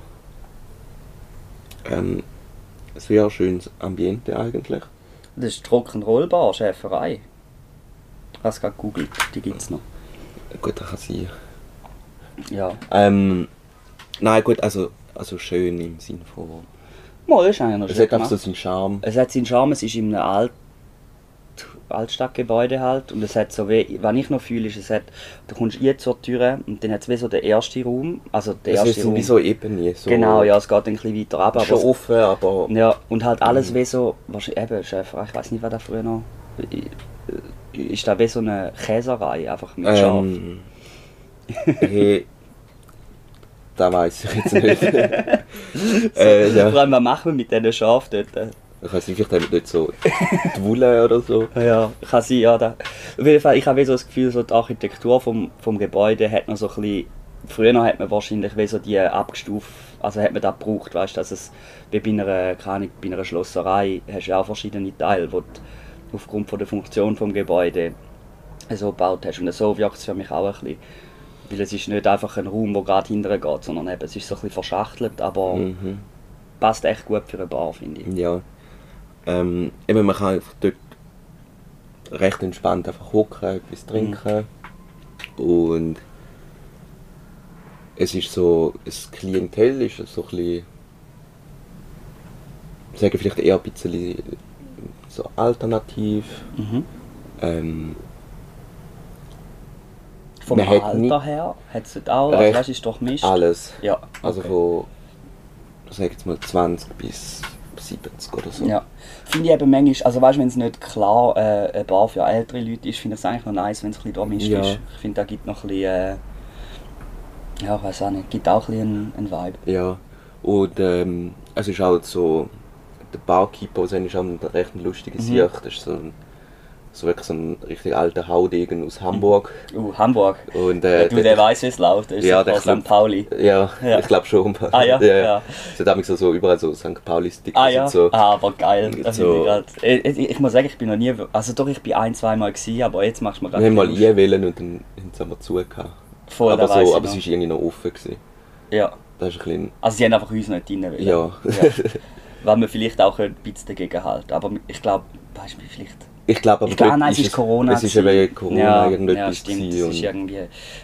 ähm, sehr schönes Ambiente eigentlich.
Das ist die Rock'n'Roll-Bar, Schäferei. Ich habe es gerade gegoogelt, die gibt es noch.
Gut, das kann sein.
Ja.
Ähm, nein, gut, also, also schön im Sinne von...
Mal, das ist eigentlich noch
Es
schön
hat auch
gemacht.
so seinen Charme.
Es hat seinen Charme, es ist in einem Alt Altstadtgebäude halt und es hat so wie, was ich noch fühle, ist, es hat, du kommst hier zur Tür und dann hat es wie so den ersten Raum, also der
Es
erste
ist
Raum.
wie so Ebene. So
Genau, ja, es geht ein bisschen weiter ab, aber
Schon
es-
offen, aber...
Ja, und halt
Mhm.
alles wie so, wahrscheinlich eben, Chef, ich weiß nicht, was da früher noch. äh, Ist da wie so eine Käserei einfach mit Schaf?
Ähm, hey, da weiß ich jetzt nicht. äh, ja.
Vor allem, was machen wir mit diesen Schafen dort?
Ich weiß nicht, vielleicht haben wir dort so die Wolle oder so.
Ja, kann sein, ja. Da. Auf jeden Fall, ich habe wie so das Gefühl, so die Architektur vom, vom Gebäude hat noch so ein bisschen... Früher hat man wahrscheinlich wie so die abgestuft, also hat man das gebraucht, weißt du, dass es wie bei einer, keine Ahnung, bei einer Schlosserei hast du ja auch verschiedene Teile, wo du aufgrund von der Funktion vom Gebäude so gebaut hast. Und so wirkt es für mich auch ein bisschen. Weil es ist nicht einfach ein Raum, der gerade hinterher geht, sondern eben, es ist so ein bisschen verschachtelt, aber
Mhm.
passt echt gut für eine Bar, finde ich.
Ja. Ähm, eben, man kann einfach dort recht entspannt einfach hocken, etwas trinken. Und es ist so, das Klientel ist so ein bisschen, sagen vielleicht eher ein bisschen so alternativ.
Mhm.
Ähm,
Vom
Man hat
Alter
nicht-
her hat es auch,
Recht
also, weißt, ist doch Mist.
alles.
Ja.
Also
okay.
von, sag jetzt mal 20 bis 70 oder so.
Ja. Finde ich eben manchmal, also weißt du, wenn es nicht klar äh, ein Bar für ältere Leute ist, finde ich es eigentlich noch nice, wenn es ein bisschen durchmischt
Ja.
ist. Ich finde, da gibt noch ein bisschen, äh, ja, ich weiß auch nicht, gibt auch ein bisschen einen, einen Vibe.
Ja, und ähm, es ist halt so, der Barkeeper sein ist auch ein recht lustiges
Mhm.
mhm. Das ist so, ein, so wirklich so ein richtig alter Haudegen aus Hamburg.
Uh, Hamburg.
Und, äh,
du, der weiß, wie es läuft. Der ist
Ja,
ja,
der
aus St.
kommt-
Pauli.
Ja,
Ja.
ich glaube schon.
Ah, ja?
ja,
Ja.
ja. Es hat damals so, so überall so St. Pauli-Stickers
Ah ja,
und so.
ah, aber geil. Das
So.
finde ich, grad. ich, ich, ich muss sagen, ich bin noch nie, also doch, ich bin ein, zweimal gewesen, aber jetzt machst du mir
Wir haben mal
Lust.
ihr wählen und dann haben sie aber zugehört.
Voll,
aber
Oh, da weiss ich
so, aber
noch.
es war irgendwie noch offen. Gewesen.
Ja,
Das ist ein bisschen,
also sie haben einfach uns nicht drin wollen.
ja.
Weil wir vielleicht auch ein bisschen dagegen halten, aber ich glaube, weißt du, vielleicht...
Ich glaube aber
Ich glaube,
dort
nein, es ist Corona.
Es ist eben
gewesen.
Corona
ja, ja,
irgendetwas
stimmt.
gewesen
Es ist irgendwie,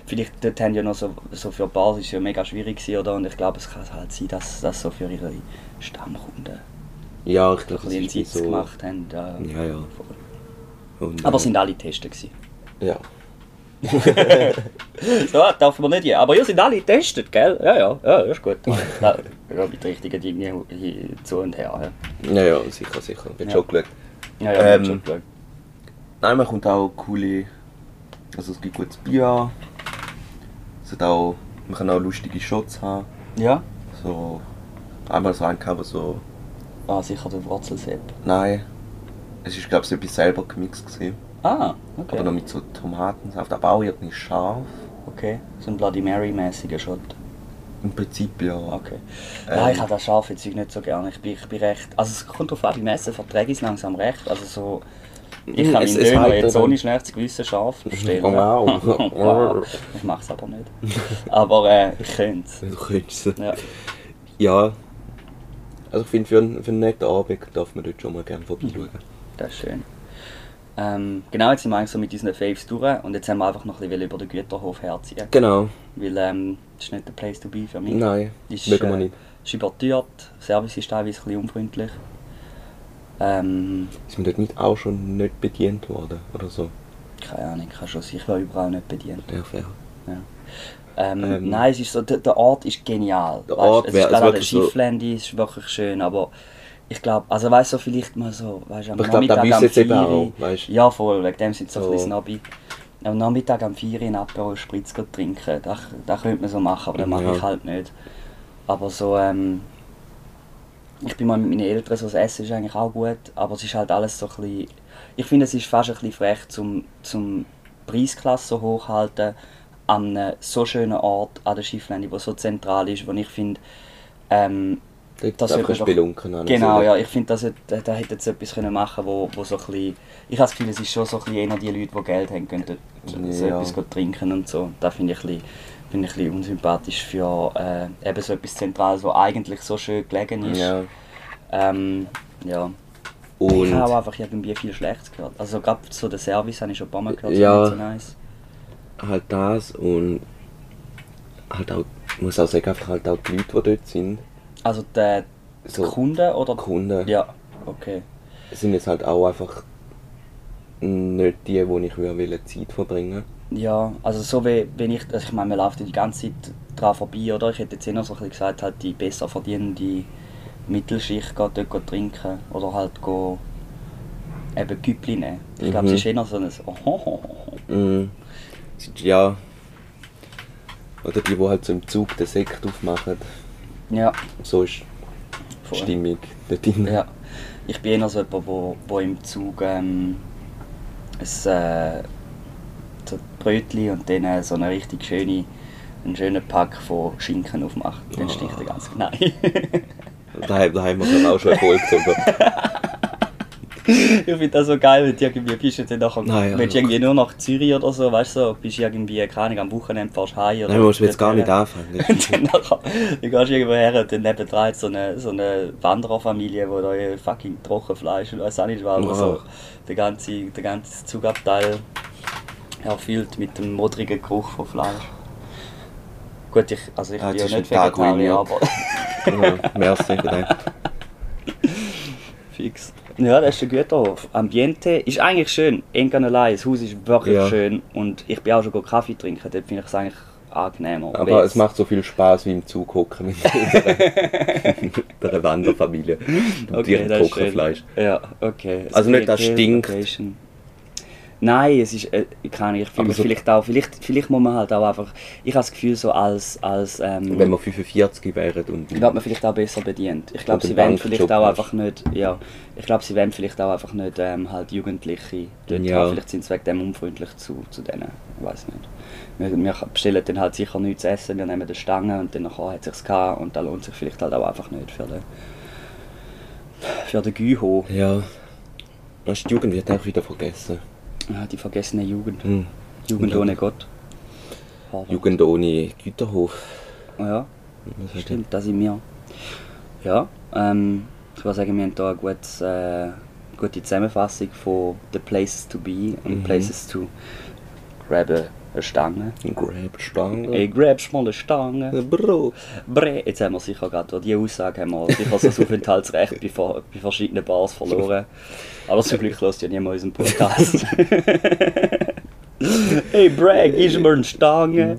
vielleicht dort haben ja noch so, so für Bars ist ja mega schwierig gewesen, oder? Und ich glaube, es kann halt sein, dass das so für ihre Stammkunden
und, ja, ich glaube,
ein
es
bisschen
ist
Sitz
so.
gemacht haben. Ja.
Ja, ja. Und,
Aber
äh,
es sind alle getestet gewesen.
Ja.
So, ah, darf man nicht hier. Aber ihr sind alle getestet, gell? Ja, ja, ja, ist gut. Ja, ja, mit richtigen Dingen hin- zu und her.
Ja, ja, sicher, sicher. Wird
Ja.
schon geschaut.
Ja, ja, ja
Ähm,
schon geschaut.
Nein, man kommt auch coole. Also es gibt gutes Bier. Es hat auch, man kann auch lustige Shots haben.
Ja?
So. Einmal so einen gehabt, der so.
Ah, sicher der Wurzelsepp.
Nein. Es ist, glaube ich, so etwas selber gemixt. Gewesen,
Ah, okay.
Aber noch mit so Tomatensaft. Aber auch irgendwie scharf.
Okay, so ein Bloody Mary-mäßiger Shot.
Im Prinzip ja.
Okay.
Ähm.
Nein, ich habe das scharfe Zeug nicht so gerne. Ich bin, ich bin recht. Also es kommt drauf an, die Messe verträge ich es langsam recht. Also so. Ich
Mm,
kann
es-
meinen
es
Döner
hält
jetzt
eben-
ohne schlechtes Gewissen scharf bestellen.
Wow.
wow. Ich mache es aber nicht. Aber äh, ich könnte es.
Also, Du könntest es.
Ja.
Ja. Also ich finde, für, einen- für einen netten Abend darf man dort schon mal gerne vorbeischauen.
Mhm. Das ist schön. Ähm, genau, jetzt sind wir eigentlich so mit unseren Faves durch und jetzt haben wir einfach noch ein bisschen über den Güterhof herziehen.
Genau.
Weil ähm, das ist nicht der Place to be für mich.
Nein,
Ist,
mögen wir
äh,
nicht.
ist überteuert, Service ist teilweise ein bisschen unfreundlich. Ähm,
Ist man dort nicht auch schon nicht bedient worden oder so?
keine Ahnung, kann schon sein, ich war überall nicht bedient.
Ja, fair.
Ja. Ähm,
Ähm.
nein, es ist so, der, der Ort ist genial.
Der
Weißt,
Ort
es
wär-
ist
also
gerade an der
wirklich so-
Schifflände, es ist wirklich schön, aber ich glaube, also weißt du, so vielleicht mal so, weißt du, am
Aber ich glaub, da
Nachmittag
wissen
am
jetzt eben
4
auch, weisst.
Ja, voll, wegen dem sind sie so,
So.
ein bisschen snobby. Am Nachmittag am 4 in Aperol Spritz gehen trinken, das, das könnte man so machen, aber das mache
Ja.
ich halt nicht. Aber so, ähm, ich bin mal mit meinen Eltern, so das Essen ist eigentlich auch gut, aber es ist halt alles so ein bisschen, ich finde es ist fast ein bisschen frech, zum, zum Preisklasse so hochhalten an einem so schönen Ort an der Schifflände, wo so zentral ist, wo ich finde, ähm,
Dort
Das
das
wird
einfach
doch-
Spelunken an.
Genau,
also,
ja, ich finde, da, da, da hätte jetzt etwas können machen können, wo, wo so ein bisschen, Ich habe das Gefühl, es ist schon so ein bisschen eher die Leute, die Geld haben, können dort so
Ja.
etwas go trinken und so. Da finde ich, ein bisschen- finde ich ein bisschen unsympathisch für äh, eben so etwas Zentrales, wo eigentlich so schön gelegen ist.
Ja.
Ähm, ja. Ich habe auch
Und
einfach ich hab im Bier viel Schlechtes gehört. Also gerade so den Service habe ich schon ein paar Mal gehört,
Ja.
das ist nicht so nice.
halt das und halt auch, ich muss auch sagen, einfach halt auch die Leute, die dort sind,
Also die
So.
Kunden oder...
die Kunden,
Ja, okay.
sind jetzt halt auch einfach nicht die, wo ich will, Zeit verbringen
Ja, also so wie wenn ich, also ich meine, man läuft ja die ganze Zeit dran vorbei, oder? Ich hätte jetzt eher noch so ein bisschen gesagt, halt die besser verdienende Mittelschicht geht dort go trinken oder halt go eben Küppli nehmen. Ich glaube,
Mhm.
es ist eher so ein Ohohoho.
Mhm. Es ist- Ja. Oder die, die halt so im Zug den Sekt aufmachen.
Ja,
So ist die
voll.
Stimmung dort drin.
Ja. Ich bin eher so jemand, wo, wo im Zug ähm, ein äh, so Brötchen und dann äh, so eine richtig schöne, einen schönen Pack von Schinken aufmacht. Dann
Ah.
stinkt der ganze. Nein.
Daheim, daheim haben wir auch schon Erfolg, aber
Ich finde das so geil, wenn du irgendwie bist und dann nachher,
Nein, ja,
willst du
ja.
irgendwie nur nach Zürich oder so, weißt du, so, bist irgendwie, keine Ahnung, am Wochenende fährst du heim oder...
Nein, wir müssen jetzt gar nicht anfangen.
Und dann, nachher, dann gehst du irgendwo her und dann nebenan hat so eine, so eine Wandererfamilie, die da ihr fucking Trockenfleisch und weiss auch nicht was, aber so
Wow.
den ganzen, den ganzen Zugabteil erfüllt mit dem modrigen Geruch von Fleisch. Gut, ich, also ich
Ah,
bin ja
jetzt
nicht
ist ein Tag
Vegetarier,
ruiniert.
aber
Ja, merci, bedankt.
fix. Ja, das ist ein guter Hof. Ambiente ist eigentlich schön. Eng allein. Das Haus ist wirklich
Ja.
schön. Und ich bin auch schon go Kaffee trinken. Dort finde ich es eigentlich angenehmer.
Aber es macht so viel Spaß wie im Zug hocken mit unserer- mit der Wanderfamilie. Und
okay,
direkt
das ist schön.
Trockenfleisch.
Ja, okay.
Also nicht, dass es
Real
stinkt.
Location. Nein, es ist, äh, keine Ahnung, ich fühle
Aber
mich
so-
vielleicht auch, vielleicht, vielleicht muss man halt auch einfach, ich habe das Gefühl so als, als ähm,
Wenn wir 45 wären und
wird man vielleicht auch besser bedient. Ich glaube,
Und
sie
einen
wollen vielleicht
Bankjob
auch
hast.
einfach nicht, ja, ich glaube, sie wollen vielleicht auch einfach nicht ähm, halt Jugendliche dort
Ja.
haben. Vielleicht sind sie wegen dem unfreundlich zu, zu denen, ich weiß nicht. Wir, wir bestellen dann halt sicher nichts zu essen, wir nehmen eine Stange und dann nachher hat es sich und da lohnt sich vielleicht halt auch einfach nicht für den, für den Güho.
Ja. Das die Jugend wird auch wieder vergessen.
Ah, die vergessene Jugend.
Hm.
Jugend ohne Gott. Harvard.
Jugend ohne Güterhof.
Ja,
Was heißt
stimmt, das sind wir. Ja, ähm, ich würde sagen, wir haben hier eine gutes, äh, gute Zusammenfassung von The Places to Be und
Mhm.
Places to Grab a- eine Stange.
das? Ein Grab-Stange.
Ich grabst mal eine Stange.
Bro.
Bre, jetzt haben wir sicher gerade durch diese Aussage haben wir sicher so das Aufenthaltsrecht bei, ver- bei verschiedenen Bars verloren. Aber zum Glück hört ja niemand unseren Podcast. hey Bre, gibst du mir eine Stange?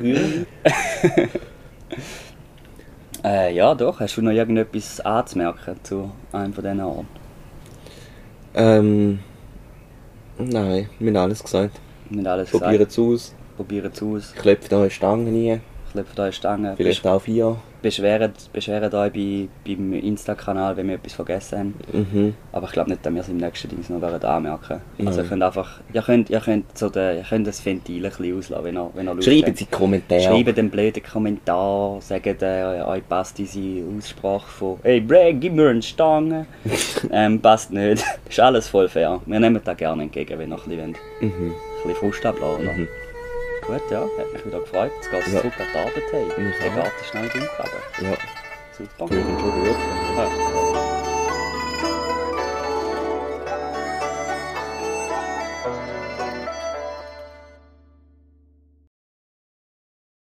Äh, ja, doch. Hast du noch irgendetwas anzumerken zu einem von diesen Orten?
Ähm. Nein, wir haben alles gesagt.
Nicht alles
Probiert
gesagt.
es aus.
Probiert es aus.
Klebt eure Stangen rein.
Klopft euch Stangen.
Vielleicht auch vier.
Beschwert, beschwert euch bei, beim Insta-Kanal, wenn wir etwas vergessen haben.
Mhm.
Aber ich glaube nicht, dass wir es im nächsten Ding noch werden anmerken werden. Also
Nein.
ihr könnt einfach... Ihr könnt, ihr könnt, so den, ihr könnt das Ventil ein bisschen auslassen, wenn ihr, wenn ihr Lust
Schreibt
habt.
es in die Kommentare.
Schreibt einen blöden Kommentar, sagt äh, euch passt diese Aussprache von «Hey Brad, gib mir eine Stange!» ähm, Passt nicht. Ist alles voll fair. Wir nehmen das gerne entgegen, wenn ihr ein bisschen, wollt. ein
Mhm.
bisschen Frust ablassen oder?
Mhm.
Gut, ja. Hat mich wieder gefreut. Jetzt geht es
Ja.
zurück an die Arbeit. Hey.
Ich
Der
auch.
Garten ist schnell dunkel. aber
Ja.
Super.
Wir sind schon gut.
Ja.